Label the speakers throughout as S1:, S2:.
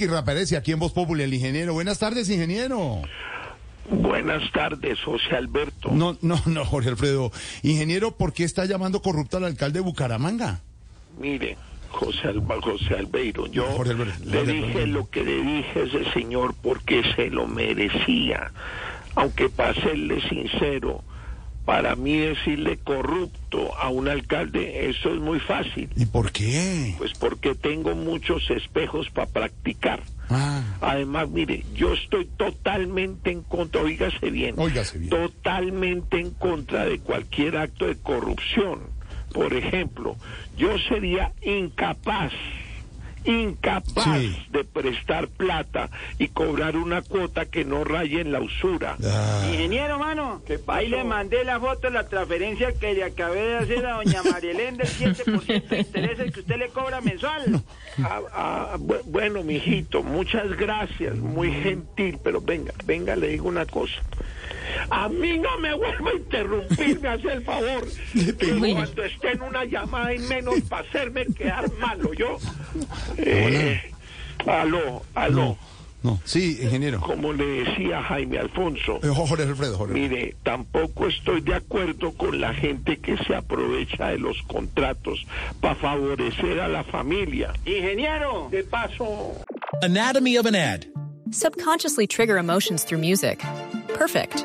S1: Ricky Raparece, aquí en Voz Populi, el ingeniero. Buenas tardes, ingeniero.
S2: Buenas tardes, José Alberto.
S1: No, no, no, Jorge Alfredo. Ingeniero, ¿por qué está llamando corrupto al alcalde de Bucaramanga?
S2: Mire, José, Alba, José Albeiro, yo
S1: Jorge Alberto,
S2: le
S1: Jorge
S2: dije
S1: Alberto.
S2: lo que le dije a ese señor porque se lo merecía. Aunque para serle sincero, para mí decirle corrupto a un alcalde, eso es muy fácil.
S1: ¿Y por qué?
S2: Pues porque tengo muchos espejos para practicar.
S1: Ah,
S2: Además, mire, yo estoy totalmente en contra, oígase bien,
S1: Óigase bien.
S2: totalmente en contra de cualquier acto de corrupción. Por ejemplo, yo sería incapaz, incapaz
S1: Sí.
S2: de prestar plata y cobrar una cuota que no raye en la usura.
S1: Ah.
S3: Ingeniero, mano, ahí le mandé la foto de la transferencia que le acabé de hacer a doña María Elena del 7% de intereses que usted le cobra mensual.
S2: Ah, ah, bu- bueno, mijito, muchas gracias, muy gentil, pero venga, venga, le digo una cosa. A mí no me vuelva a interrumpir, me hace el favor. que cuando esté en una llamada y menos para hacerme quedar malo, yo. Eh, aló, aló.
S1: no. Sí, ingeniero.
S2: Como le decía Jaime Alfonso,
S1: Eh, Jorge Alfredo, Jorge. Alfredo.
S2: Mire, tampoco estoy de acuerdo con la gente que se aprovecha de los contratos para favorecer a la familia.
S3: Ingeniero.
S2: De paso,
S4: Anatomy of an ad.
S5: Subconsciously trigger emotions through music. Perfect.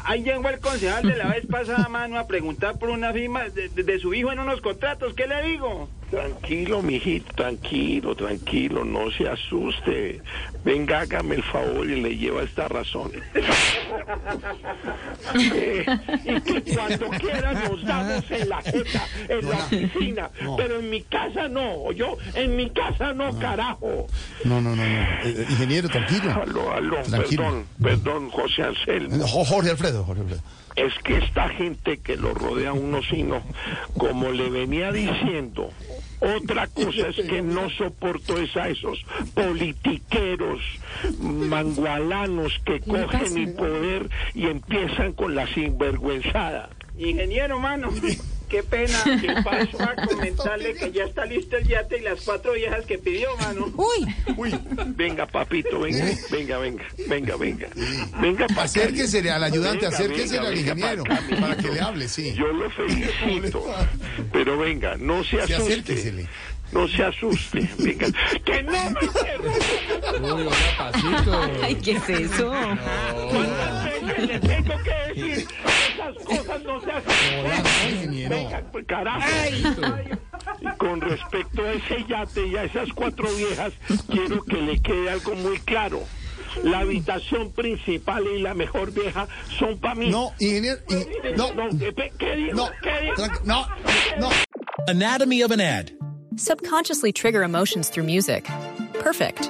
S3: Ahí llegó el concejal de la vez pasada, mano, a preguntar por una firma de, de- de su hijo en unos contratos. ¿Qué le digo?
S2: tranquilo, mijito, tranquilo, tranquilo, no se asuste. Venga, hágame el favor y le lleva esta razón. Eh, y que cuando quiera nos damos en la jeta, en la oficina, pero en mi casa no, yo, en mi casa no, carajo.
S1: No, no, no, no. Eh, eh, ingeniero, tranquilo.
S2: Aló, aló,
S1: Tranquilo.
S2: perdón, perdón, José Anselmo.
S1: Jo- Jorge Alfredo, Jorge Alfredo.
S2: Es que esta gente que lo rodea uno sino, como le venía diciendo, otra cosa es que no soporto es a esos politiqueros mangualanos que cogen mi poder y empiezan con la sinvergüenzada.
S3: Ingeniero, mano. Qué pena. ¿Qué pasó? A comentarle que ya está listo el yate y las cuatro viejas que pidió, mano.
S2: Venga, papito, venga, venga, venga, venga, venga. Venga, pa' acá.
S1: Acérquese al ayudante,
S2: Venga,
S1: acérquese
S2: venga,
S1: al
S2: venga,
S1: ingeniero
S2: pa' acá, mijito.
S1: para que le hable, sí.
S2: Yo lo felicito, pero venga, no se
S1: Sí,
S2: asuste.
S1: acérquesele.
S2: no se asuste, venga. ¡Que no me interrumpa!
S6: Ay, ¿qué es eso?
S2: ¿Cuántas veces le tengo que decir esas cosas no se hacen? Venga, pues, carajo. Y con respecto a ese yate y a esas cuatro viejas, quiero que le quede algo muy claro. La habitación principal y la mejor vieja son para mí.
S1: No, ingeniero. in- No,
S2: Pues no, ¿qué, qué dijo?
S1: no,
S2: ¿Qué dijo?
S1: tranqui- no, no.
S4: Anatomy of an ad.
S5: Subconsciously trigger emotions through music. Perfect.